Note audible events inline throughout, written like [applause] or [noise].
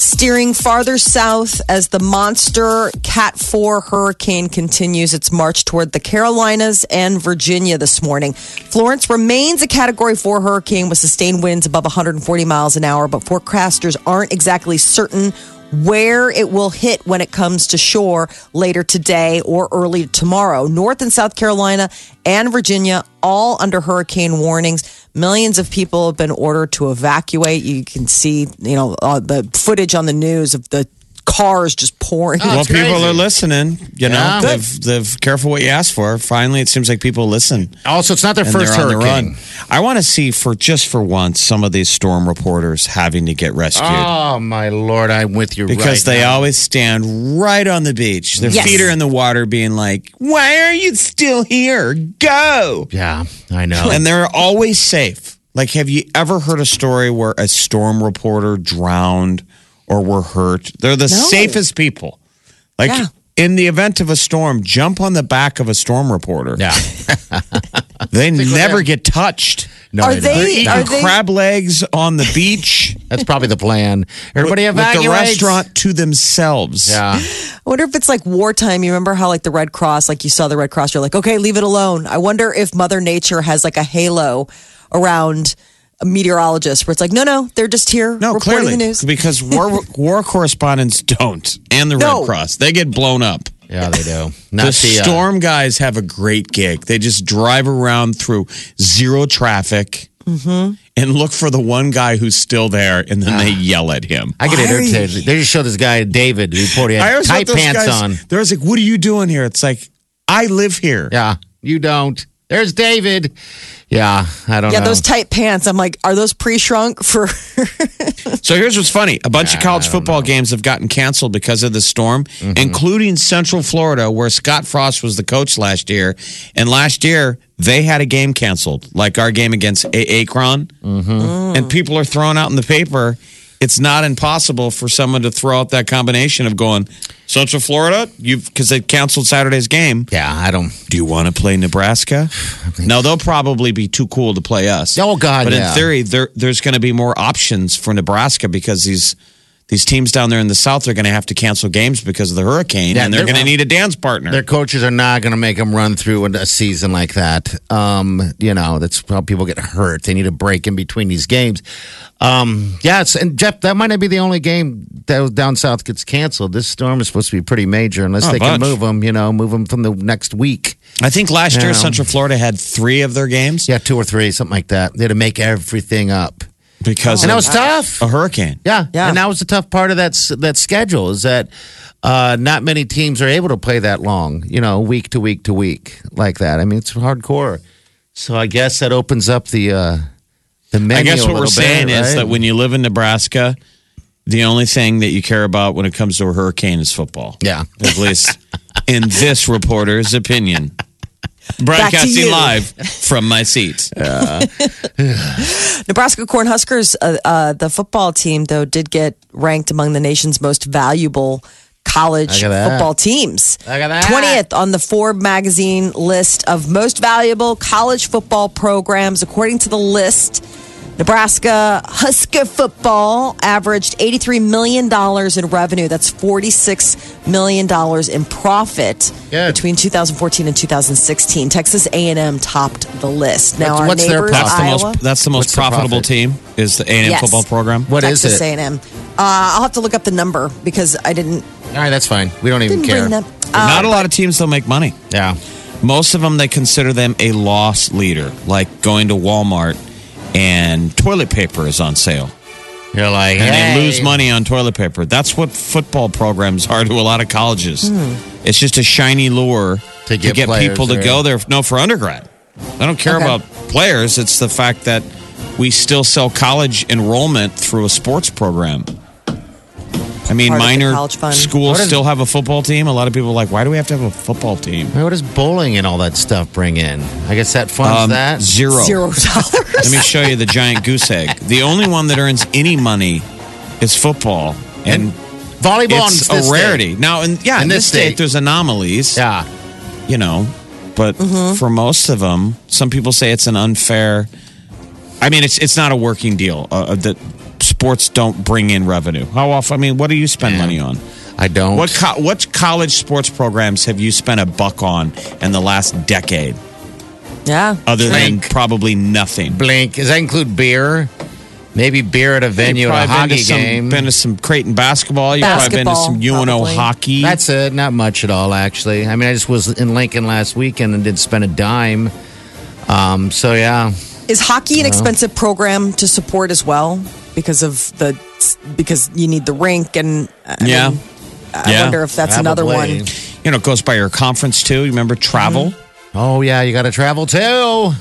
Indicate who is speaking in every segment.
Speaker 1: steering farther south as the monster Cat 4 hurricane continues its march toward the Carolinas and Virginia this morning. Florence remains a Category 4 hurricane with sustained winds above 140 miles an hour, but forecasters aren't exactly certain where it will hit when it comes to shore later today or early tomorrow. North and South Carolina and Virginia all under hurricane warnings. Millions of people have been ordered to evacuate. You can see, you know, uh, the footage on the news of the cars just pouring.
Speaker 2: well,
Speaker 3: That's
Speaker 2: people
Speaker 3: crazy.
Speaker 2: are listening. You know,
Speaker 3: Yeah.
Speaker 2: they've, they've careful what you ask for. Finally, it seems like people listen.
Speaker 3: Also, it's not their
Speaker 2: And
Speaker 3: first
Speaker 2: they're on the
Speaker 3: hurricane.
Speaker 2: run. I want to see for just for once some of these storm reporters having to get rescued
Speaker 3: Oh my lord, I'm with you.
Speaker 2: because
Speaker 3: right
Speaker 2: they
Speaker 3: now.
Speaker 2: always stand right on the beach. Their
Speaker 1: Yes.
Speaker 2: feet are in the water, being like, "Why are you still here? Go!"
Speaker 3: Yeah, I know.
Speaker 2: And they're always safe. Like, have you ever heard a story where a storm reporter drowned or were hurt? They're the
Speaker 1: No.
Speaker 2: safest people. Like.
Speaker 1: Yeah.
Speaker 2: In the event of a storm, jump on the back of a storm reporter.
Speaker 3: yeah.
Speaker 2: [laughs] They never get touched.
Speaker 3: No,
Speaker 1: Are
Speaker 2: [laughs]
Speaker 3: I know.
Speaker 1: they-
Speaker 2: They're eating
Speaker 1: are they-
Speaker 2: crab legs on the
Speaker 1: [laughs]
Speaker 2: beach.
Speaker 3: That's probably the plan. Everybody
Speaker 2: with
Speaker 3: evacuate.
Speaker 2: the restaurant to themselves.
Speaker 3: Yeah.
Speaker 1: I wonder if it's like wartime. You remember how like the Red Cross, like you saw the Red Cross, you're like, okay, leave it alone. I wonder if Mother Nature has like a halo around a meteorologist where it's like, no, no, they're just here
Speaker 2: No,
Speaker 1: reporting
Speaker 2: clearly
Speaker 1: the news. [laughs]
Speaker 2: because war war correspondents don't, and the
Speaker 1: No.
Speaker 2: Red Cross they get blown up.
Speaker 3: Yeah, they
Speaker 2: [laughs]
Speaker 3: do. Not
Speaker 2: the
Speaker 3: uh,
Speaker 2: storm guys have a great gig. They just drive around through zero traffic
Speaker 3: Mm-hmm.
Speaker 2: and look for the one guy who's still there, and then they yell at him.
Speaker 3: Ah. I get
Speaker 1: Why are you-
Speaker 3: irritated. They just show this guy David reporting
Speaker 2: I
Speaker 3: had
Speaker 2: always
Speaker 3: tight
Speaker 2: thought those
Speaker 3: pants
Speaker 2: guys-
Speaker 3: on.
Speaker 2: They're always like, "What are you doing here?" It's like, I live here.
Speaker 3: Yeah, you don't. There's David. Yeah, I don't
Speaker 1: yeah,
Speaker 3: know.
Speaker 1: those tight pants. I'm like, are those pre shrunk for
Speaker 2: [laughs] So here's what's funny: a bunch of college football games have gotten canceled because of the storm, including Central Florida, where Scott Frost was the coach last year. And last year they had a game canceled, like our game against a- Akron. And people are throwing out in the paper. It's not impossible for someone to throw out that combination of going Central Florida, you because they canceled Saturday's game.
Speaker 3: yeah, I don't.
Speaker 2: Do you want to play Nebraska? No, they'll probably be too cool to play us.
Speaker 3: Oh, God,
Speaker 2: But
Speaker 3: yeah.
Speaker 2: in theory, there, there's going to be more options for Nebraska because these these teams down there in the South are going to have to cancel games because of the hurricane,
Speaker 3: Yeah,
Speaker 2: and they're,
Speaker 3: they're-
Speaker 2: going to need a dance partner.
Speaker 3: Their coaches are not going to make them run through a season like that. Um, you know, that's how people get hurt. They need a break in between these games. Um, yes, and Jeff, that might not be the only game that was down south gets canceled. This storm is supposed to be pretty major unless
Speaker 2: Oh,
Speaker 3: they can
Speaker 2: bunch.
Speaker 3: move them, you know, move them from the next week.
Speaker 2: I think last year
Speaker 3: Yeah.
Speaker 2: Central Florida had three of their games
Speaker 3: Yeah, two or three, something like that. They had to make everything up.
Speaker 2: because
Speaker 3: And that
Speaker 2: of
Speaker 3: was tough.
Speaker 2: a hurricane.
Speaker 3: Yeah,
Speaker 1: Yeah.
Speaker 3: And that was the tough part of that s- that schedule is that uh, not many teams are able to play that long. You know, week to week to week like that. I mean, it's hardcore. So I guess that opens up the uh, the menu.
Speaker 2: I guess
Speaker 3: a
Speaker 2: what we're
Speaker 3: little
Speaker 2: saying
Speaker 3: bit,
Speaker 2: is
Speaker 3: right?
Speaker 2: that when you live in Nebraska, the only thing that you care about when it comes to a hurricane is football.
Speaker 3: Yeah.
Speaker 2: At least
Speaker 3: [laughs]
Speaker 2: in this reporter's opinion.
Speaker 1: you.
Speaker 2: Broadcasting live from my
Speaker 3: [laughs]
Speaker 2: seat.
Speaker 1: Nebraska Cornhuskers? Uh, uh, the football team, though, did get ranked among the nation's most valuable college
Speaker 3: Look at that.
Speaker 1: football teams.
Speaker 3: Look at that.
Speaker 1: 20th on the Forbes magazine list of most valuable college football programs. According to the list, Nebraska Husker football averaged $83 million in revenue. That's $46 million in profit
Speaker 3: Good.
Speaker 1: between 2014 and 2016. Texas A&M topped the list. Now,
Speaker 3: What's-
Speaker 1: our
Speaker 3: what's their
Speaker 1: neighbors,
Speaker 2: That's the
Speaker 1: Iowa,
Speaker 2: most that's the most
Speaker 3: What's the
Speaker 2: profitable
Speaker 3: profit?
Speaker 2: team is the A and M
Speaker 1: Yes.
Speaker 2: football program.
Speaker 3: what is
Speaker 1: Texas
Speaker 3: it?
Speaker 1: A&M. Uh, I'll have to look up the number because I didn't,
Speaker 3: All right, that's fine. We don't even
Speaker 1: didn't
Speaker 3: care.
Speaker 1: bring them.
Speaker 2: Not a lot of teams that'll make money.
Speaker 3: Yeah.
Speaker 2: Most of them they consider them a loss leader, like going to Walmart and toilet paper is on sale.
Speaker 3: You're like,
Speaker 2: And
Speaker 3: hey.
Speaker 2: they lose money on toilet paper. That's what football programs are to a lot of colleges. It's just a shiny lure
Speaker 3: To get players
Speaker 2: people to
Speaker 3: there.
Speaker 2: go there. No, for undergrad. I don't care
Speaker 1: Okay.
Speaker 2: about players. It's the fact that we still sell college enrollment through a sports program. I mean,
Speaker 1: Part of the
Speaker 2: minor
Speaker 1: college fund.
Speaker 2: schools
Speaker 3: What is-
Speaker 2: still have a football team. A lot of people are like, why do we have to have a football team?
Speaker 3: Hey, What does bowling and all that stuff bring in? I guess that funds
Speaker 2: Um,
Speaker 3: that.
Speaker 2: Zero.
Speaker 1: Zero
Speaker 2: Let
Speaker 3: [laughs]
Speaker 1: dollars.
Speaker 2: me show you the giant goose egg. The only one that earns any money is football, and,
Speaker 3: Volleyball
Speaker 2: it's
Speaker 3: in this
Speaker 2: a rarity. Now, in, yeah, in,
Speaker 3: In
Speaker 2: this,
Speaker 3: this
Speaker 2: state,
Speaker 3: state.
Speaker 2: there's anomalies,
Speaker 3: state. Yeah. Mm-hmm.
Speaker 2: you know, but for most of them, some people say it's an unfair. I mean, it's it's not a working deal uh, that sports don't bring in revenue. How often? I mean, what do you spend money on?
Speaker 3: I don't.
Speaker 2: What co- what college sports programs have you spent a buck on in the last decade,
Speaker 1: yeah.
Speaker 2: other
Speaker 3: Drink.
Speaker 2: than probably nothing?
Speaker 3: blink? Does that include beer? Maybe beer at a venue
Speaker 2: You've
Speaker 3: at a
Speaker 2: probably been
Speaker 3: hockey
Speaker 2: to some,
Speaker 3: game.
Speaker 2: Been to some Creighton basketball. You've
Speaker 1: Basketball,
Speaker 2: probably been to some UNO
Speaker 1: probably.
Speaker 2: hockey.
Speaker 3: That's it. Not much at all, actually. I mean, I just was in Lincoln last weekend and didn't spend a dime. Um, so yeah,
Speaker 1: [laughs] Is hockey an expensive program to support as well because of the because you need the rink and I
Speaker 2: yeah.
Speaker 1: mean, I
Speaker 2: Yeah.
Speaker 1: wonder if that's another
Speaker 3: probably.
Speaker 1: one.
Speaker 2: you know, it goes by your conference too. You remember travel?
Speaker 1: Mm-hmm.
Speaker 3: Oh yeah, you got to travel too.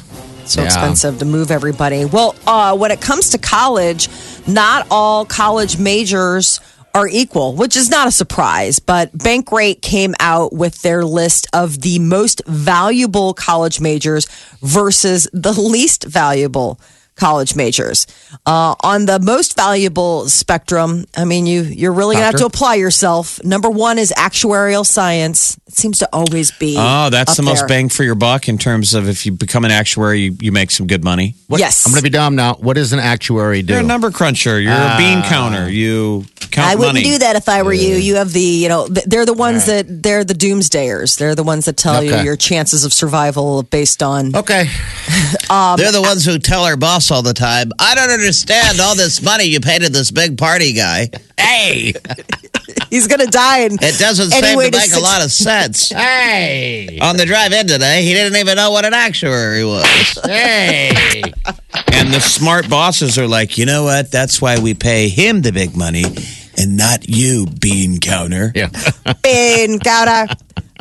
Speaker 1: so
Speaker 3: Yeah.
Speaker 1: expensive to move everybody. Well, uh, when it comes to college, not all college majors are equal, which is not a surprise. But Bankrate came out with their list of the most valuable college majors versus the least valuable college majors. Uh, on the most valuable spectrum, I mean, you you're really gonna have to
Speaker 3: Doctor?
Speaker 1: apply yourself. Number one is actuarial science. It seems to always be
Speaker 2: Oh, that's
Speaker 1: up
Speaker 2: the most
Speaker 1: there.
Speaker 2: bang for your buck in terms of if you become an actuary, you, you make some good money.
Speaker 3: What-
Speaker 1: Yes.
Speaker 3: I'm gonna be dumb now. What does an actuary do?
Speaker 2: You're a number cruncher. You're a bean counter. You count
Speaker 1: I wouldn't do
Speaker 2: money.
Speaker 1: that if I were you. You have the, you know, th- they're the ones that they're the doomsdayers. They're the ones that tell you
Speaker 3: Okay. Oh.
Speaker 1: your chances of survival based on.
Speaker 3: okay.
Speaker 4: They're the ones who tell our boss all the time, I don't understand all this money you paid to this big party guy. Hey,
Speaker 1: [laughs] He's gonna die, and
Speaker 2: Eh.
Speaker 4: it doesn't
Speaker 1: Any
Speaker 4: seem
Speaker 1: way
Speaker 4: to
Speaker 1: to
Speaker 4: make
Speaker 1: sit-
Speaker 4: a lot of sense.
Speaker 3: Hey.
Speaker 4: On the drive in today, he didn't even know what an actuary was.
Speaker 2: [laughs]
Speaker 3: Hey.
Speaker 2: And the smart bosses are like, you know what? That's why we pay him the big money and not you, bean counter.
Speaker 3: yeah.
Speaker 1: bean counter.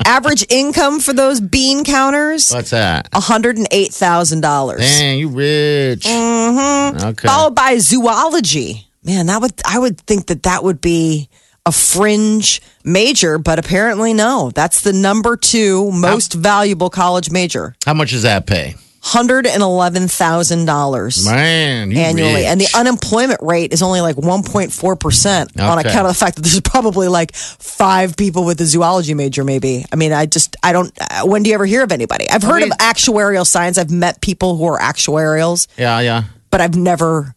Speaker 1: Average income for those bean counters:
Speaker 3: What's that?
Speaker 1: one hundred and eight thousand dollars.
Speaker 3: Dang, you rich. Mm-hmm. Okay.
Speaker 1: Followed by zoology. Man, that would I would think that that would be a fringe major, but apparently no. That's the number two most valuable college major.
Speaker 3: How much does that pay?
Speaker 1: hundred and eleven thousand dollars
Speaker 3: Man, you
Speaker 1: annually,
Speaker 3: rich.
Speaker 1: and the unemployment rate is only like one point four percent on
Speaker 3: Okay.
Speaker 1: account of the fact that there's [laughs] probably like five people with a zoology major. Maybe I mean I just I don't. Uh, when do you ever hear of anybody? I've heard
Speaker 3: mean-
Speaker 1: of actuarial science. I've met people who are actuarials,
Speaker 3: yeah, yeah.
Speaker 1: but I've never.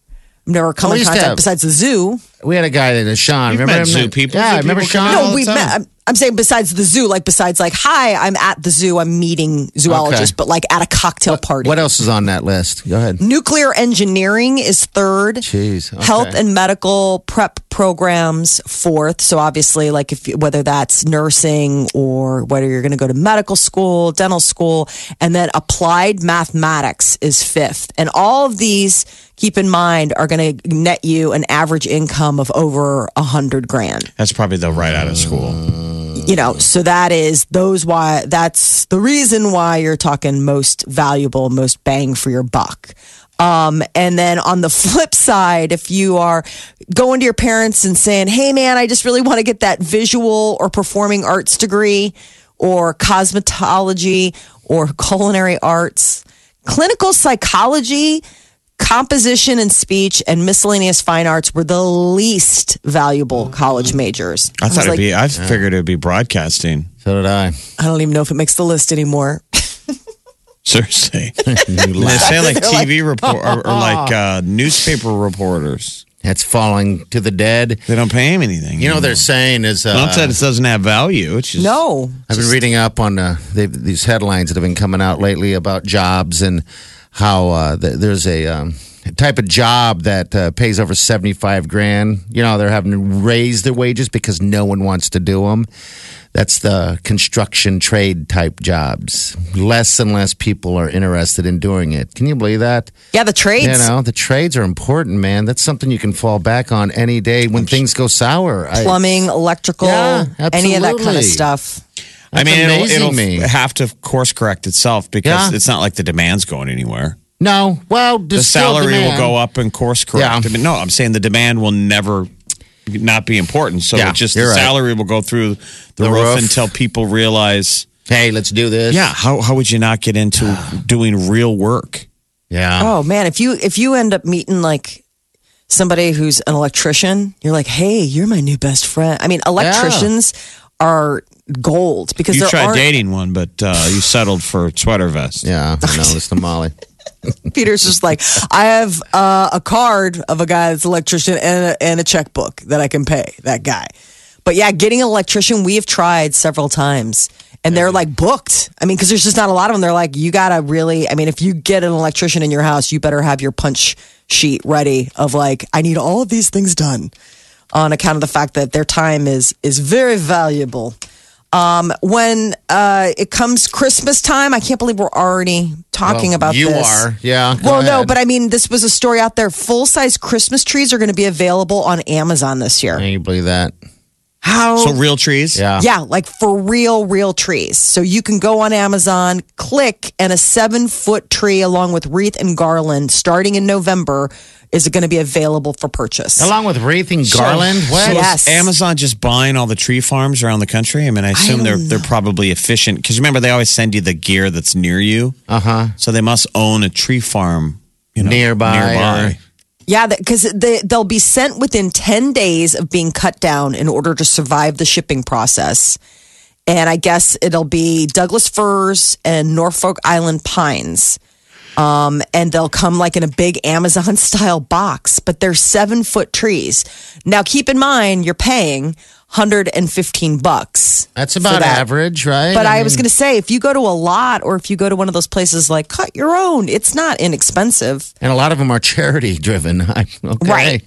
Speaker 1: I've Never come in
Speaker 3: least
Speaker 1: contact
Speaker 3: have-
Speaker 1: besides the zoo.
Speaker 3: We had a guy that is Sean. remember
Speaker 2: met
Speaker 3: him?
Speaker 2: zoo people.
Speaker 3: Yeah,
Speaker 2: Zoo
Speaker 3: I remember
Speaker 2: people come
Speaker 3: Sean.
Speaker 2: out all
Speaker 1: No,
Speaker 2: the
Speaker 1: we
Speaker 2: time.
Speaker 1: met. I'm, I'm saying besides the zoo, like besides like, hi, I'm at the zoo. I'm meeting zoologists,
Speaker 3: Okay.
Speaker 1: but like at a cocktail party.
Speaker 3: What else is on that list? Go ahead.
Speaker 1: Nuclear engineering is third.
Speaker 3: Jeez, okay.
Speaker 1: Health and medical prep programs fourth. So obviously, like if you- whether that's nursing or whether you're going to go to medical school, dental school, and then applied mathematics is fifth. And all of these, keep in mind, are going to net you an average income of over a hundred grand.
Speaker 2: That's probably the right out of school.
Speaker 1: You know, so that is those why that's the reason why you're talking most valuable, most bang for your buck. Um, and then on the flip side, if you are going to your parents and saying, Hey man, I just really want to get that visual or performing arts degree or cosmetology or culinary arts, clinical psychology, composition and speech and miscellaneous fine arts were the least valuable college majors.
Speaker 2: I thought
Speaker 1: was
Speaker 2: it'd
Speaker 1: like,
Speaker 2: be, I figured it'd be broadcasting. [laughs]
Speaker 3: So did I.
Speaker 1: I don't even know if it makes the list
Speaker 3: [laughs]
Speaker 1: anymore.
Speaker 2: Seriously. They say like TV report or, or like uh, newspaper reporters.
Speaker 3: That's falling to the dead.
Speaker 2: They don't pay him anything.
Speaker 3: You know what they're saying is uh,
Speaker 2: not that it doesn't have value. It's just
Speaker 1: No.
Speaker 3: I've been reading up on uh, they these headlines that have been coming out lately about jobs and how uh, th- there's a um, type of job that uh, pays over seventy five grand. You know, they're having to raise their wages because no one wants to do them. That's the construction trade type jobs. Less and less people are interested in doing it. Can you believe that?
Speaker 1: Yeah, the trades.
Speaker 3: You know, the trades are important, man. That's something you can fall back on any day when things go sour. I-
Speaker 1: Plumbing, electrical,
Speaker 3: Yeah,
Speaker 1: any of that kind of
Speaker 3: absolutely.
Speaker 1: stuff.
Speaker 5: I mean, it'll,
Speaker 3: amazing
Speaker 5: it'll
Speaker 3: me.
Speaker 5: have to course correct itself because
Speaker 3: Yeah.
Speaker 5: it's not like the demand's going anywhere.
Speaker 3: no, well,
Speaker 5: The salary will go up and course correct.
Speaker 3: Yeah.
Speaker 5: I mean, no, I'm saying the demand will never not be important. So
Speaker 3: Yeah,
Speaker 5: it just the
Speaker 3: you're right.
Speaker 5: salary will go through the,
Speaker 3: The
Speaker 5: roof
Speaker 3: roof.
Speaker 5: until people realize,
Speaker 3: Hey, let's do this.
Speaker 5: yeah, how, how would you not
Speaker 1: [sighs]
Speaker 5: get into doing real work?
Speaker 3: yeah.
Speaker 1: Oh man, if you if you end up meeting like somebody who's an electrician, you're like, hey, you're my new best friend. I mean, electricians are gold because
Speaker 5: You
Speaker 1: there
Speaker 5: tried
Speaker 1: aren't
Speaker 5: dating one, but uh, you settled for sweater vest.
Speaker 3: Yeah, I know. It's the Molly.
Speaker 1: Peter's just like, I have uh, a card of a guy that's an electrician and a, and a checkbook that I can pay that guy. But yeah, getting an electrician, we have tried several times and they're like booked. I mean, because there's just not a lot of them. They're like, you got to really, I mean, if you get an electrician in your house, you better have your punch sheet ready of like, I need all of these things done on account of the fact that their time is is very valuable. Um, when uh, it comes Christmas time, I can't believe we're already talking about
Speaker 3: you
Speaker 1: this.
Speaker 3: are. Yeah, go
Speaker 1: Well, no,
Speaker 3: ahead.
Speaker 1: but I mean, this was a story out there. Full size Christmas trees are going to be available on Amazon this year.
Speaker 3: Can you believe that?
Speaker 1: How?
Speaker 5: So real trees?
Speaker 3: Yeah.
Speaker 1: yeah, like for real, real trees. So you can go on Amazon, click, and a seven foot tree along with wreath and garland starting in November is going to be available for purchase.
Speaker 3: Along with wreath and garland.
Speaker 5: So-
Speaker 3: What?
Speaker 5: so is
Speaker 1: Yes.
Speaker 5: Amazon just buying all the tree farms around the country. I mean, I assume
Speaker 1: don't
Speaker 5: they're they're probably efficient because remember they always send you the gear that's near you. Uh huh. So they must own a tree farm you know,
Speaker 3: Uh-huh. Nearby,
Speaker 5: Nearby.
Speaker 1: Yeah, because they, they'll be sent within 10 days of being cut down in order to survive the shipping process. And I guess it'll be Douglas firs and Norfolk Island pines. Um, and they'll come like in a big Amazon [laughs] style box, but they're seven foot trees. Now, keep in mind, you're paying 115 bucks.
Speaker 3: That's
Speaker 1: for
Speaker 3: about
Speaker 1: that.
Speaker 3: average, right?
Speaker 1: But I was going to say, if you go to a lot or if you go to one of those places like Cut Your Own, it's not inexpensive.
Speaker 3: And a lot of them are charity [laughs] driven. I- okay.
Speaker 1: Right.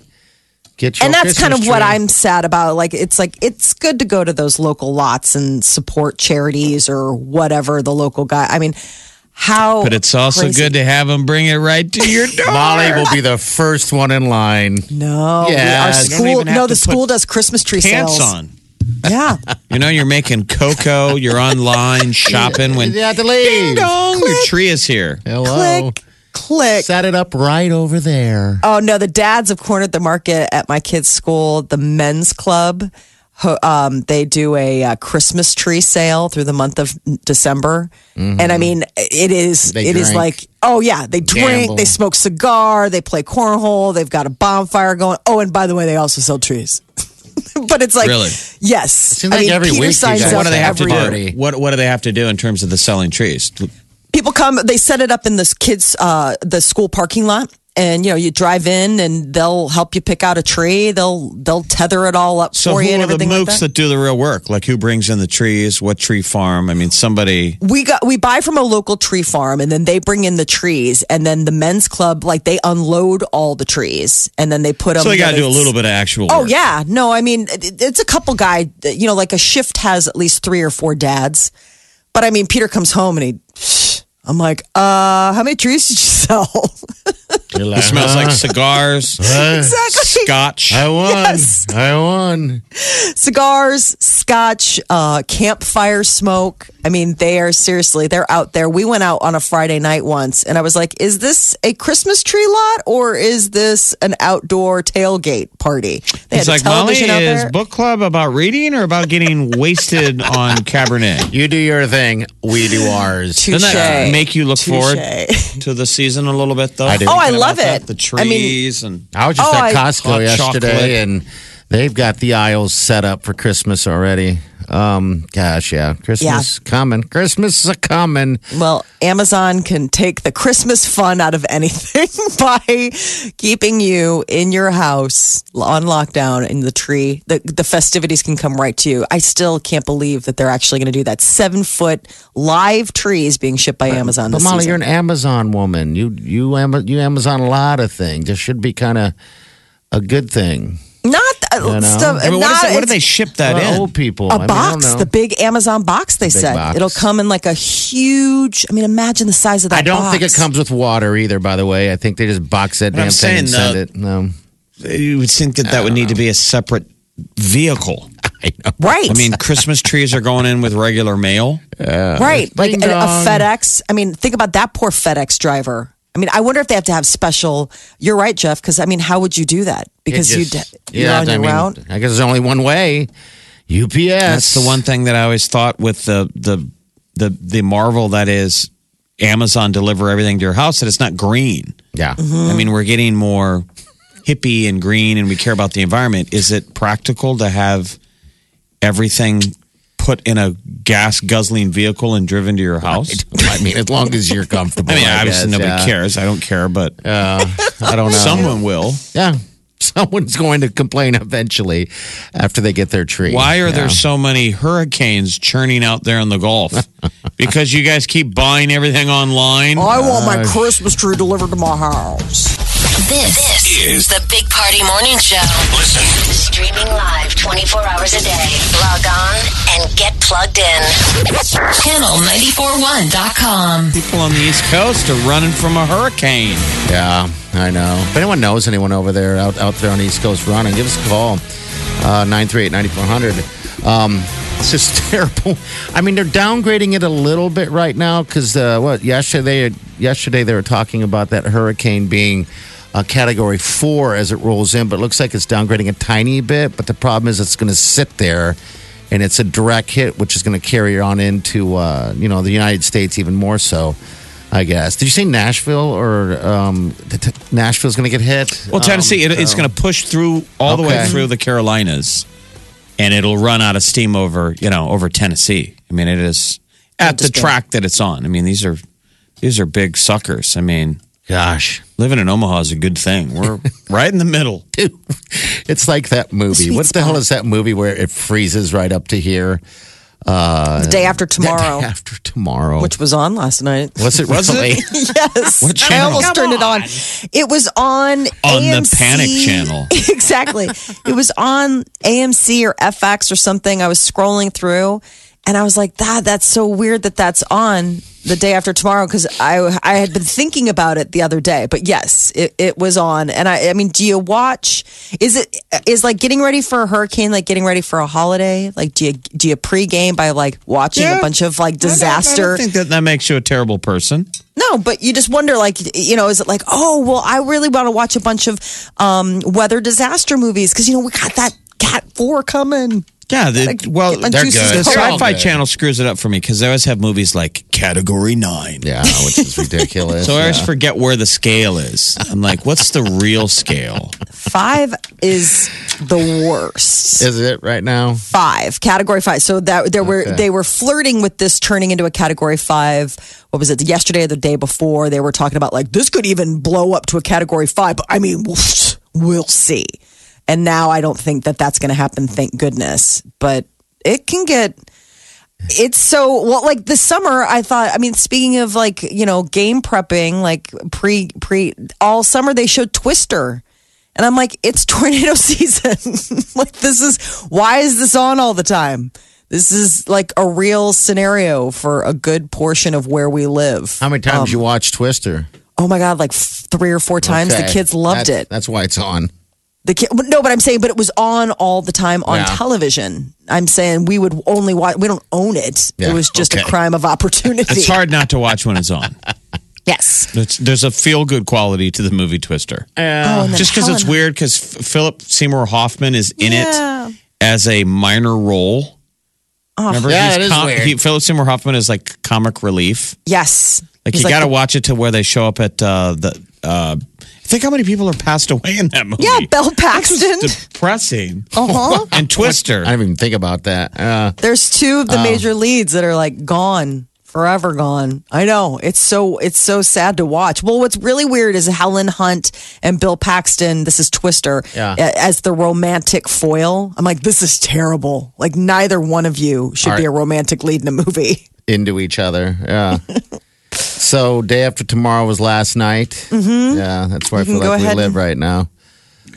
Speaker 3: Get your
Speaker 1: and that's kind of
Speaker 3: Christmas
Speaker 1: what
Speaker 3: tree.
Speaker 1: I'm sad about. Like, it's like it's good to go to those local lots and support charities or whatever the local guy. I mean, how?
Speaker 5: But it's also
Speaker 1: crazy-
Speaker 5: good to have them bring it right
Speaker 1: [laughs]
Speaker 5: to your door.
Speaker 3: Molly will be the first one in line.
Speaker 1: No, we-
Speaker 3: Yeah,
Speaker 1: our
Speaker 3: you
Speaker 5: don't
Speaker 1: school.
Speaker 5: even have
Speaker 1: No,
Speaker 5: to
Speaker 1: the school does Christmas tree
Speaker 5: pants
Speaker 1: sales.
Speaker 5: on.
Speaker 1: Yeah,
Speaker 5: You know, you're making cocoa. You're
Speaker 1: [laughs]
Speaker 5: online shopping when
Speaker 3: You have to leave.
Speaker 5: ding [laughs] dong, your tree is here.
Speaker 3: Hello.
Speaker 1: click, click.
Speaker 3: Set it up right over there.
Speaker 1: Oh no, the dads have cornered the market at my kids' school. The men's club, ho- um, they do a uh, Christmas tree sale through the month of December, and I mean, it is
Speaker 3: Mm-hmm. They
Speaker 1: it is
Speaker 3: drink.
Speaker 1: like oh yeah, they drink,
Speaker 3: Gamble.
Speaker 1: they smoke cigar, they play cornhole, they've got a bonfire going. Oh, and by the way, they also sell trees. [laughs] but it's like
Speaker 5: Really?
Speaker 1: yes,
Speaker 3: seems
Speaker 1: I
Speaker 3: like
Speaker 1: mean,
Speaker 3: every
Speaker 1: Peter
Speaker 3: week you
Speaker 1: signs
Speaker 3: guys-
Speaker 1: up
Speaker 5: What do they have to
Speaker 1: every year.
Speaker 5: do? What what do they have to do in terms of the selling trees?
Speaker 1: people come they set it up in this kids uh the school parking lot and you know you drive in and they'll help you pick out a tree they'll they'll tether it all up
Speaker 5: So
Speaker 1: for
Speaker 5: who
Speaker 1: you and
Speaker 5: are the
Speaker 1: everything like
Speaker 5: mooks
Speaker 1: that.
Speaker 5: that do the real work? Like who brings in the trees? What tree farm? I mean, somebody.
Speaker 1: we got we buy from a local tree farm and then they bring in the trees and then the men's club like they unload all the trees and then they put them
Speaker 5: So they got to do a little bit of actual.
Speaker 1: Oh
Speaker 5: work.
Speaker 1: yeah, [laughs] no, I mean it- it's a couple guy. You know, like a shift has at least three or four dads. But I mean, Peter comes home and he, [sniffs] I'm like, uh, how many trees did you [laughs] sell?
Speaker 5: It smells like cigars,
Speaker 1: exactly.
Speaker 5: scotch.
Speaker 3: I won.
Speaker 1: Yes.
Speaker 3: I won.
Speaker 1: cigars, scotch, uh, campfire smoke. I mean, they are seriously, they're out there. We went out on a Friday night once and I was like, is this a Christmas tree lot or is this an outdoor tailgate party? They had
Speaker 5: It's
Speaker 1: a
Speaker 5: like Molly
Speaker 1: television out
Speaker 5: is
Speaker 1: there.
Speaker 5: book club about reading or about
Speaker 1: [laughs]
Speaker 5: getting wasted on Cabernet.
Speaker 3: You do your thing. We do ours.
Speaker 1: Touche.
Speaker 5: Doesn't that make you look forward
Speaker 1: Touche. [laughs]
Speaker 5: to the season a little bit, though?
Speaker 3: I do.
Speaker 1: Oh, I
Speaker 5: Thinking
Speaker 1: love
Speaker 5: about that,
Speaker 1: it.
Speaker 5: The
Speaker 1: I mean-
Speaker 5: trees and
Speaker 3: I was just
Speaker 1: Oh, I-
Speaker 3: at Costco
Speaker 5: Hot chocolate.
Speaker 3: yesterday, and they've got the aisles set up for Christmas already. Um, gosh, yeah, Christmas coming. Christmas is a coming.
Speaker 1: Well, Amazon can take the Christmas fun out of anything [laughs] by keeping you in your house on lockdown in the tree. The, the festivities can come right to you. I still can't believe that they're actually going to do that. Seven foot live trees being shipped by Amazon
Speaker 3: But
Speaker 1: this
Speaker 3: Molly, you're
Speaker 1: season.
Speaker 3: an Amazon woman. You you Ama- you Amazon a lot of things. This should be kind of a good thing.
Speaker 1: Not uh, stuff.
Speaker 5: I mean, what, is
Speaker 1: not-
Speaker 5: that, what do
Speaker 1: it's
Speaker 5: they ship that
Speaker 3: Well,
Speaker 5: in?
Speaker 3: Old people. I
Speaker 1: A
Speaker 3: mean, I don't
Speaker 1: box,
Speaker 3: know.
Speaker 1: the big Amazon box. They
Speaker 3: Big
Speaker 1: said
Speaker 3: box.
Speaker 1: it'll come in like a huge. I mean, imagine the size of that.
Speaker 3: I don't think it
Speaker 1: box.
Speaker 3: comes with water either. By the way, I think they just box that
Speaker 5: But I'm
Speaker 3: damn thing and
Speaker 5: saying,
Speaker 3: send
Speaker 5: uh,
Speaker 3: it. No,
Speaker 5: you would think that that would need to be a separate vehicle.
Speaker 1: Right.
Speaker 5: I mean, Christmas trees are going in with regular mail.
Speaker 1: right. Like
Speaker 3: Ding
Speaker 1: a, a
Speaker 3: dong.
Speaker 1: FedEx. I mean, think about that poor FedEx driver. I mean, I wonder if they have to have special. You're right, Jeff. Because I mean, how would you do that? Because
Speaker 3: It
Speaker 1: you
Speaker 3: just-
Speaker 1: you're on your
Speaker 3: I mean,
Speaker 1: route.
Speaker 3: I guess there's only one way. UPS.
Speaker 5: That's the one thing that I always thought with the the the the marvel that is Amazon deliver everything to your house that it's not green.
Speaker 3: Yeah.
Speaker 1: Mm-hmm.
Speaker 5: I mean, we're getting more hippie and green, and we care about the environment. Is it practical to have everything put in a gas guzzling vehicle and driven to your house?
Speaker 3: I mean, as long as you're comfortable.
Speaker 5: [laughs] I mean, obviously
Speaker 3: Oh, guess,
Speaker 5: nobody
Speaker 3: yeah.
Speaker 5: cares. I don't care, but [laughs]
Speaker 3: I don't know.
Speaker 5: someone will.
Speaker 3: yeah. [laughs] Someone's going to complain eventually after they get their tree.
Speaker 5: Why are
Speaker 3: Yeah.
Speaker 5: there so many hurricanes churning out there in the
Speaker 3: [laughs]
Speaker 5: Gulf? because you guys keep buying everything online.
Speaker 1: I want my Christmas tree delivered to my house.
Speaker 6: This, is the Big Party Morning Show.
Speaker 7: Listen.
Speaker 6: Streaming live 24 hours a day. Log on and get plugged in. Channel941.com.
Speaker 5: People on the East Coast are running from a hurricane.
Speaker 3: Yeah, I know. If anyone knows anyone over there out, out there on the East Coast running, give us a call. Uh, 938-9400. Um, it's just [laughs] terrible. I mean, they're downgrading it a little bit right now because uh, what yesterday yesterday they were talking about that hurricane being a category four as it rolls in, but it looks like it's downgrading a tiny bit. But the problem is it's going to sit there, and it's a direct hit, which is going to carry on into uh, you know the United States even more so. I guess. Did you say Nashville or um, the t- Nashville's going to get hit?
Speaker 5: Well, Tennessee,
Speaker 3: Um,
Speaker 5: it, it's
Speaker 3: so-
Speaker 5: going to push through all the way
Speaker 3: Okay.
Speaker 5: through the Carolinas, and it'll run out of steam over you know over Tennessee. I mean, it is at the track that it's on. I mean, these are these are big suckers. I mean,
Speaker 3: Gosh,
Speaker 5: living in Omaha is a good thing.
Speaker 3: [laughs]
Speaker 5: We're right in the middle.
Speaker 3: dude, it's like that movie.
Speaker 1: Sweet
Speaker 3: what the hell is that movie where it freezes right up to here? Uh,
Speaker 1: the day after tomorrow,
Speaker 3: Day [laughs] after tomorrow.
Speaker 1: which was on last night.
Speaker 3: was it? really?
Speaker 1: [laughs] yes,
Speaker 5: What
Speaker 1: I
Speaker 5: channel?
Speaker 1: almost turned it on. It was on
Speaker 5: On the
Speaker 1: AMC.
Speaker 5: Panic Channel.
Speaker 1: [laughs] exactly. it was on AMC or FX or something. I was scrolling through, and I was like, "That that's so weird that that's on." The day after tomorrow, because I I had been thinking about it the other day, but yes, it, it was on, and I I mean, do you watch? Is it is like getting ready for a hurricane, like getting ready for a holiday? Like, do you do you pregame by like watching a
Speaker 5: Yeah.
Speaker 1: bunch of like
Speaker 5: I don't
Speaker 1: disaster?
Speaker 5: think that that makes you a terrible person.
Speaker 1: No, but you just wonder, like, you know, is it like, oh, well, I really want to watch a bunch of um, weather disaster movies because, you know, we got that Cat 4 coming.
Speaker 5: Yeah, the, well,
Speaker 1: my
Speaker 5: they're
Speaker 1: juices
Speaker 5: good. The
Speaker 1: flowing. They're all
Speaker 5: Sci-Fi
Speaker 3: good.
Speaker 5: Channel screws it up for me because they always have movies like Category Nine.
Speaker 3: yeah, which is ridiculous.
Speaker 5: So I always
Speaker 3: yeah.
Speaker 5: forget where the scale is. I'm like, what's the
Speaker 3: [laughs]
Speaker 5: real scale?
Speaker 1: Five is the worst.
Speaker 3: is it right now?
Speaker 1: Five, category five. So that there were they were flirting with this turning into a category five. What was it? Yesterday or the day before, they were talking about like this could even blow up to a category five. But I mean, we'll see. And now I don't think that that's going to happen. Thank goodness. But it can get it's so well like this summer i thought i mean speaking of like you know game prepping like pre pre all summer they showed twister and i'm like it's [laughs] tornado season [laughs] like this is why is this on all the time this is like a real scenario for a good portion of where we live
Speaker 3: How many times you watch Twister?
Speaker 1: oh my god like f- three or four times the
Speaker 3: Okay.
Speaker 1: kids loved
Speaker 3: That's-
Speaker 1: it
Speaker 3: That's why it's on.
Speaker 1: the kid, no, but I'm saying, but it was on all the time on
Speaker 3: Yeah.
Speaker 1: television. I'm saying we would only watch. We don't own it. It
Speaker 3: Yeah,
Speaker 1: was just a
Speaker 3: okay.
Speaker 1: crime of opportunity.
Speaker 5: It's hard not to watch when it's on.
Speaker 1: Yes.
Speaker 5: It's, there's a feel good quality to the movie Twister.
Speaker 1: Oh, and then
Speaker 5: Just because it's
Speaker 1: Helen-
Speaker 5: weird, because Philip Seymour Hoffman is in
Speaker 1: Yeah. Oh.
Speaker 5: it as a minor role. Remember,
Speaker 3: Yeah,
Speaker 5: He's
Speaker 3: it is weird.
Speaker 5: he- Philip Seymour Hoffman is like comic relief.
Speaker 1: Yes.
Speaker 5: Like
Speaker 1: He's
Speaker 5: you got to
Speaker 1: the-
Speaker 5: watch it to where they show up at uh, the. Uh, think how many people are passed away in that movie.
Speaker 1: Yeah, Belle Paxton.
Speaker 5: [laughs] It's depressing.
Speaker 1: [laughs] Uh-huh.
Speaker 5: And Twister.
Speaker 3: I didn't even think about that. Uh,
Speaker 1: There's two of the
Speaker 5: Oh.
Speaker 1: major leads that are like gone, forever gone. I know. It's so it's so sad to watch. Well, what's really weird is Helen Hunt and Bill Paxton, this is Twister,
Speaker 3: Yeah.
Speaker 1: a- as the romantic foil. I'm like, this is terrible. Like neither one of you should be a romantic lead in a movie. [laughs]
Speaker 3: into each other. Yeah. so day after tomorrow was last night. Mm-hmm. Yeah, that's where I feel
Speaker 1: go
Speaker 3: like we
Speaker 1: ahead
Speaker 3: live
Speaker 1: and-
Speaker 3: right now.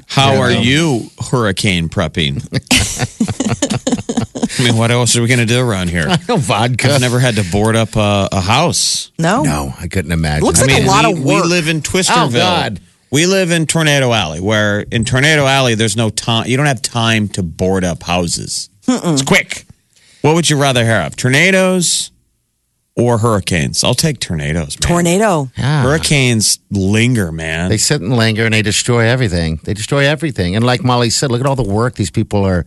Speaker 5: How are you
Speaker 1: [laughs]
Speaker 5: hurricane prepping? I mean, what else are we going to do around
Speaker 3: [laughs]
Speaker 5: here?
Speaker 3: No vodka.
Speaker 5: I've never had to board up a, a house.
Speaker 1: No.
Speaker 3: No, I couldn't imagine.
Speaker 1: Oh. Looks like a lot
Speaker 5: we,
Speaker 1: of
Speaker 5: we
Speaker 1: work.
Speaker 5: live in Twisterville.
Speaker 3: Oh, God.
Speaker 5: We live in Tornado Alley, where in Tornado Alley, there's no time. You don't have time to board up houses. It's quick. What would you rather have, tornadoes or hurricanes? I'll take tornadoes. Man.
Speaker 1: Tornado.
Speaker 3: Yeah.
Speaker 5: Hurricanes linger, man.
Speaker 3: They sit and linger and they destroy everything. They destroy everything. And like Molly said, look at all the work these people are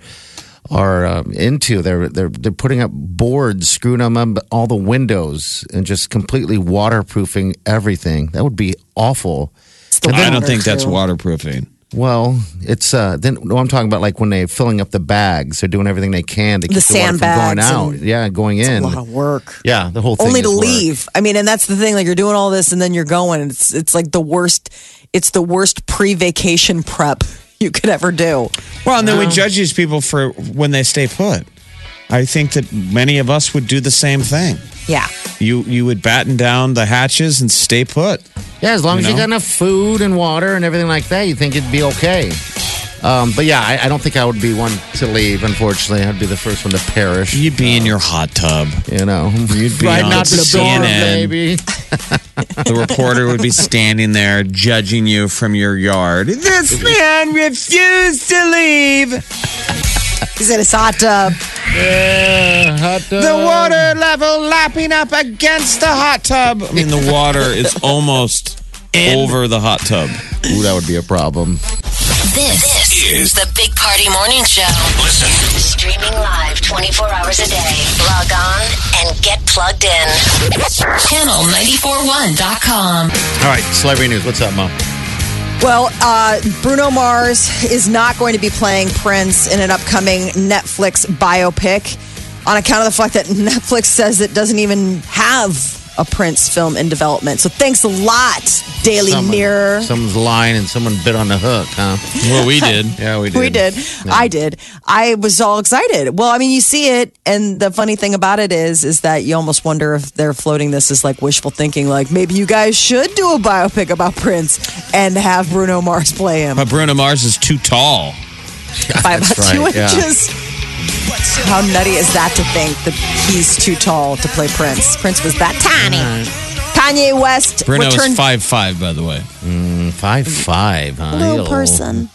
Speaker 3: are um, into. They're they're they're putting up boards, screwing them up all the windows, and just completely waterproofing everything. That would be awful.
Speaker 1: It's the
Speaker 5: I
Speaker 1: water,
Speaker 5: don't think that's
Speaker 1: too.
Speaker 5: waterproofing.
Speaker 3: Well, it's uh then no, I'm talking about like when they're filling up the bags, they're doing everything they can to keep
Speaker 1: The
Speaker 3: the water from going
Speaker 1: sandbags
Speaker 3: out.
Speaker 1: and-
Speaker 3: Yeah, going
Speaker 1: A
Speaker 3: in.
Speaker 1: lot of work.
Speaker 3: Yeah, the whole thing
Speaker 1: only
Speaker 3: is
Speaker 1: to
Speaker 3: work.
Speaker 1: leave. I mean, and that's the thing. Like you're doing all this, and then you're going. and It's it's like the worst. It's the worst pre-vacation prep [laughs] you could ever do.
Speaker 5: Well, and then we judge these people for when they stay put. I think that many of us would do the same thing.
Speaker 1: Yeah,
Speaker 5: You you would batten down the hatches and stay put.
Speaker 3: Yeah, as long
Speaker 5: You
Speaker 3: as you
Speaker 5: know?
Speaker 3: got enough food and water and everything like that, you think it'd be okay. Um, but yeah, I, I don't think I would be one to leave. Unfortunately, I'd be the first one to perish. You,
Speaker 5: You'd be in your hot tub.
Speaker 3: know, [laughs] you'd
Speaker 5: be on
Speaker 3: not the door, [laughs]
Speaker 5: CNN.
Speaker 3: baby.
Speaker 5: The reporter would be standing there judging you from your yard. This man refused to leave.
Speaker 1: he's in his hot tub.
Speaker 3: Yeah, Uh, hot dog.
Speaker 5: The water level lapping up against the hot tub. I mean, the water is almost over the hot tub.
Speaker 3: Ooh, that would be a problem.
Speaker 6: This, is the Big Party Morning Show.
Speaker 7: Listen.
Speaker 6: Streaming live 24 hours a day. Log on and get plugged in. Channel941.com.
Speaker 3: All right, celebrity news. What's up, Mom?
Speaker 1: Well, uh, Bruno Mars is not going to be playing Prince in an upcoming Netflix biopic on account of the fact that Netflix says it doesn't even have a Prince film in development. So thanks a lot, Daily Mirror.
Speaker 3: Someone's lying and someone bit on the hook, huh?
Speaker 5: Well, we did.
Speaker 3: [laughs] Yeah, we did.
Speaker 1: We did. I did. I was all excited. Well, I mean, you see it, and the funny thing about it is, is that you almost wonder if they're floating this as like wishful thinking, like maybe you guys should do a biopic about Prince and have Bruno Mars play
Speaker 3: [laughs]
Speaker 1: him
Speaker 5: But Bruno Mars is too tall.
Speaker 1: by about
Speaker 3: that's
Speaker 1: two
Speaker 3: right, yeah.
Speaker 1: inches. How nutty is that to think that he's too tall to play Prince? Prince was that tiny. Kanye West
Speaker 5: Bruno
Speaker 1: returned
Speaker 5: is five five, by the way.
Speaker 3: Five five, huh?
Speaker 1: little
Speaker 3: Yo.
Speaker 1: person.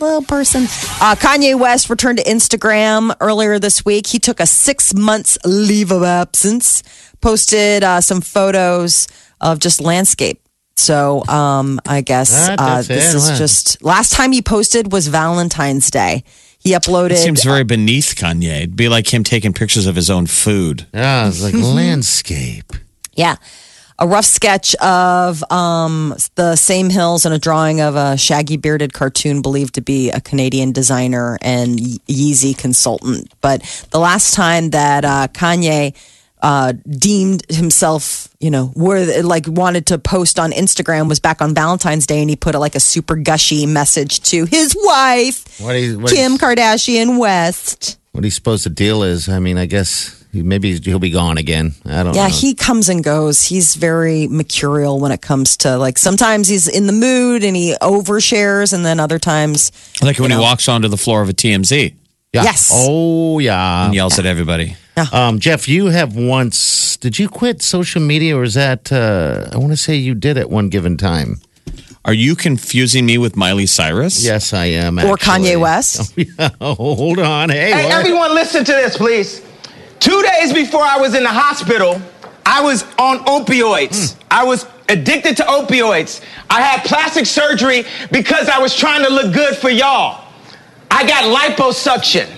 Speaker 1: Little person. Uh, Kanye West returned to Instagram earlier this week. He took a six months leave of absence, posted uh, some photos of just landscape. So um, I guess
Speaker 3: That-
Speaker 1: uh,
Speaker 3: Ah, that's
Speaker 1: this
Speaker 3: it,
Speaker 1: is
Speaker 3: huh?
Speaker 1: just last time he posted was Valentine's Day. He uploaded.
Speaker 5: It seems very beneath Kanye. It'd be like him taking pictures of his own food.
Speaker 3: Yeah,
Speaker 1: [laughs]
Speaker 3: it's like landscape.
Speaker 1: Yeah. A rough sketch of um, the same hills and a drawing of a shaggy bearded cartoon believed to be a Canadian designer and Ye- Yeezy consultant. But the last time that uh, Kanye uh, deemed himself, you know, worth, like wanted to post on Instagram was back on Valentine's Day and he put like a super gushy message to his wife,
Speaker 3: What is what
Speaker 1: Kim
Speaker 3: is-
Speaker 1: Kardashian West.
Speaker 3: what he's supposed to deal is. I mean, I guess he- maybe he'll be gone again. I don't know.
Speaker 1: Yeah, he comes and goes. He's very mercurial when it comes to like sometimes he's in the mood and he overshares, and then other times, [laughs]
Speaker 5: Like when
Speaker 1: You know.
Speaker 5: he walks onto the floor of a TMZ
Speaker 3: Yeah.
Speaker 1: Yes. Oh.
Speaker 3: Oh yeah.
Speaker 5: and yells at everybody.
Speaker 3: Um, Jeff, you have once. Did you quit social media, or is that? Uh, I want to say you did at one given time.
Speaker 5: Are you confusing me with Miley Cyrus?
Speaker 3: Yes, I am.
Speaker 1: or
Speaker 3: actually.
Speaker 1: Kanye West.
Speaker 3: [laughs] oh, hold on. Hey,
Speaker 8: Hey,
Speaker 3: what?
Speaker 8: everyone, listen to this, please. Two days before I was in the hospital, I was on opioids. I was addicted to opioids. I had plastic surgery because I was trying to look good for y'all. I got liposuction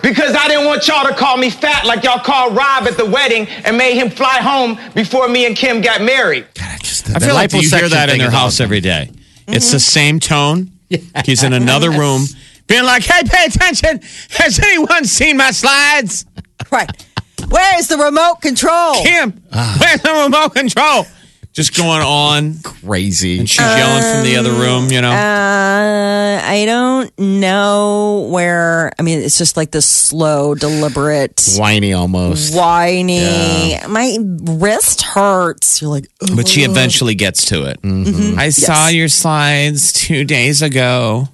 Speaker 8: because I didn't want y'all to call me fat like y'all called Rob at the wedding and made him fly home before me and Kim got married.
Speaker 3: God, I just-
Speaker 5: I
Speaker 3: the
Speaker 5: feel like you hear
Speaker 3: liposuction
Speaker 5: that in
Speaker 3: thing
Speaker 5: their
Speaker 3: is
Speaker 5: house
Speaker 3: awesome. Mm-hmm.
Speaker 5: every day. It's the
Speaker 3: [laughs]
Speaker 5: same tone. He's in another room being like, hey, pay attention. Has anyone seen my slides?
Speaker 3: Oh.
Speaker 1: right. Where is the remote control?
Speaker 5: Kim,
Speaker 3: Ah.
Speaker 5: where's the remote control? Just going on.
Speaker 3: Crazy.
Speaker 5: And she's yelling from the
Speaker 1: Um,
Speaker 5: other room, you know?
Speaker 1: Uh, I don't know where. I mean, it's just like this slow, deliberate,
Speaker 3: Whiny almost. [laughs]
Speaker 1: whiny. My wrist hurts. You're like, "Ugh."
Speaker 3: Mm-hmm.
Speaker 5: but she eventually gets to it. I saw your slides two days ago.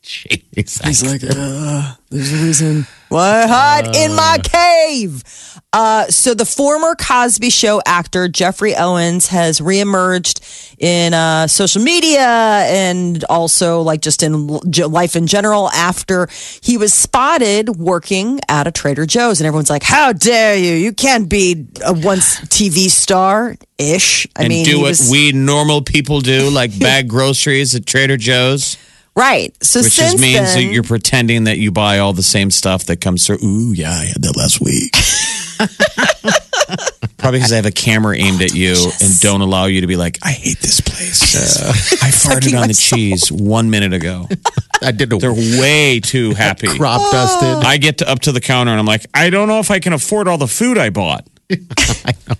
Speaker 3: Jeez.
Speaker 1: He's like, uh, there's a reason why I hide in my cave. Uh, so the former Cosby Show actor Jeffrey Owens has reemerged in uh, social media and also like just in l- j- life in general after he was spotted working at a Trader Joe's and everyone's like, "How dare you? You can't be a once TV star ish." I
Speaker 5: and
Speaker 1: mean,
Speaker 5: do
Speaker 1: he
Speaker 5: what
Speaker 1: was-
Speaker 5: we normal people do,
Speaker 1: [laughs]
Speaker 5: like bag groceries at Trader Joe's,
Speaker 1: right? So
Speaker 5: which
Speaker 1: since
Speaker 5: just means
Speaker 1: then,
Speaker 5: that you're pretending that you buy all the same stuff that comes through. Ooh, yeah, I had that last
Speaker 1: [laughs]
Speaker 5: week. Probably because I have a camera aimed at you and don't allow you to be like, I hate this
Speaker 1: [laughs]
Speaker 5: place. Uh, I farted on the cheese one minute ago.
Speaker 3: I did
Speaker 5: They're
Speaker 3: a
Speaker 5: way too happy.
Speaker 3: [laughs]
Speaker 1: [laughs]
Speaker 3: crop
Speaker 5: [laughs]
Speaker 3: dusted.
Speaker 5: I get to up to the counter and I'm like, I don't know if I can afford all the food
Speaker 1: [laughs]
Speaker 5: I bought.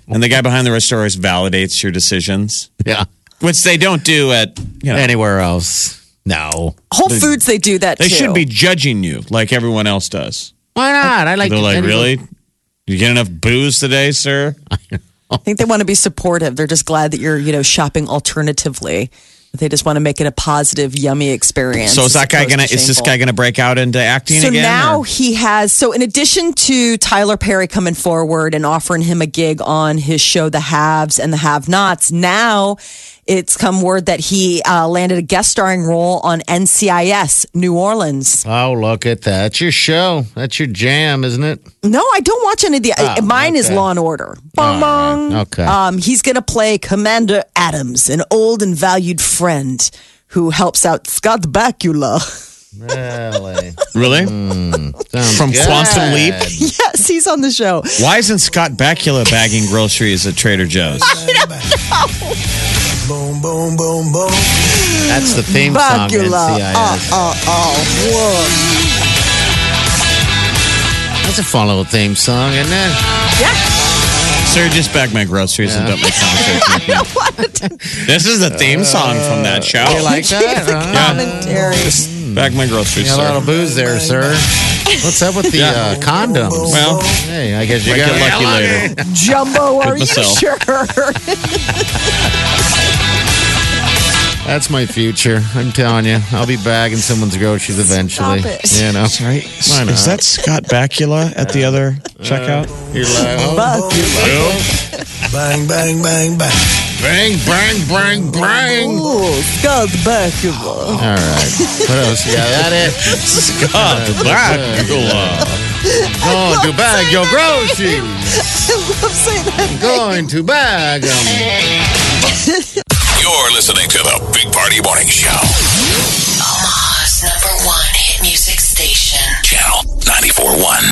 Speaker 5: and the guy behind the register always validates your decisions,
Speaker 3: Yeah.
Speaker 5: which they don't do at, you know,
Speaker 3: Anywhere else? No.
Speaker 1: Whole Foods they do that.
Speaker 5: they
Speaker 1: too.
Speaker 5: should be judging you like everyone else does.
Speaker 3: Why not? I like.
Speaker 5: They're like,
Speaker 3: anywhere-
Speaker 5: really? You get enough booze today, sir?
Speaker 1: I think they want to be supportive. They're just glad that you're, you know, shopping alternatively. They just want to make it a positive, yummy experience.
Speaker 5: So is
Speaker 1: as
Speaker 5: that guy
Speaker 1: opposed
Speaker 5: gonna?
Speaker 1: to
Speaker 5: Is this
Speaker 1: shameful.
Speaker 5: guy gonna break out into acting
Speaker 1: So
Speaker 5: again?
Speaker 1: now
Speaker 5: or-
Speaker 1: he has. So in addition to Tyler Perry coming forward and offering him a gig on his show, The Haves and the Have Nots, now it's come word that he uh, landed a guest starring role on NCIS New Orleans.
Speaker 3: Oh, look at that. That's your show. That's your jam, isn't it?
Speaker 1: No, I don't watch any of the.
Speaker 5: Oh,
Speaker 1: I- mine is Law and Order. Bong bong.
Speaker 3: Okay.
Speaker 5: Uh,
Speaker 1: Um, he's going to play Commander Adams, an old and valued friend who helps out Scott Bakula. [laughs]
Speaker 5: [laughs]
Speaker 3: Really?
Speaker 5: really?
Speaker 3: Mm,
Speaker 5: [laughs] From Quantum Leap?
Speaker 1: yes, he's on the show.
Speaker 5: Why isn't Scott Bakula bagging groceries at
Speaker 3: [laughs]
Speaker 5: Trader Joe's?
Speaker 7: Boom, boom, boom, boom.
Speaker 3: That's the theme song.
Speaker 1: Bakula. Oh,
Speaker 5: Uh,
Speaker 3: NCIS.
Speaker 1: oh, oh.
Speaker 3: That's a follow theme song, isn't it?
Speaker 1: Whoa. Yeah.
Speaker 5: Sir, just bag my groceries and dump my conversation.
Speaker 1: [laughs] I wanted to
Speaker 5: This is the theme song from that show.
Speaker 3: You
Speaker 1: [laughs]
Speaker 3: Uh, like that?
Speaker 1: the
Speaker 3: huh?
Speaker 1: commentary.
Speaker 5: Bag my groceries,
Speaker 3: Got a lot
Speaker 5: sir.
Speaker 3: of booze there, sir. What's up with the uh, condoms?
Speaker 5: Well,
Speaker 3: hey, I guess you
Speaker 5: might
Speaker 3: got
Speaker 5: get lucky
Speaker 3: [laughs]
Speaker 5: later.
Speaker 1: Jumbo, are you
Speaker 5: myself.
Speaker 1: sure? [laughs]
Speaker 3: That's my future. I'm telling you, I'll be bagging someone's groceries eventually.
Speaker 1: Stop it.
Speaker 3: You
Speaker 5: [laughs]
Speaker 3: know,
Speaker 5: Sorry, is that Scott Bakula at the other checkout?
Speaker 3: you're like, oh,
Speaker 7: Bang, bang, bang, bang.
Speaker 3: bang, bang, bang, bang. All
Speaker 1: Ooh, Scott Bakula. [laughs]
Speaker 3: right, what else? Yeah, that it.
Speaker 5: Scott Bakula.
Speaker 3: Going to bag your groceries.
Speaker 1: I love saying that.
Speaker 3: [laughs] Going to bag 'em.
Speaker 7: You're listening to the Big Party Morning Show.
Speaker 6: Omaha's number one hit music station.
Speaker 7: Channel 94.1.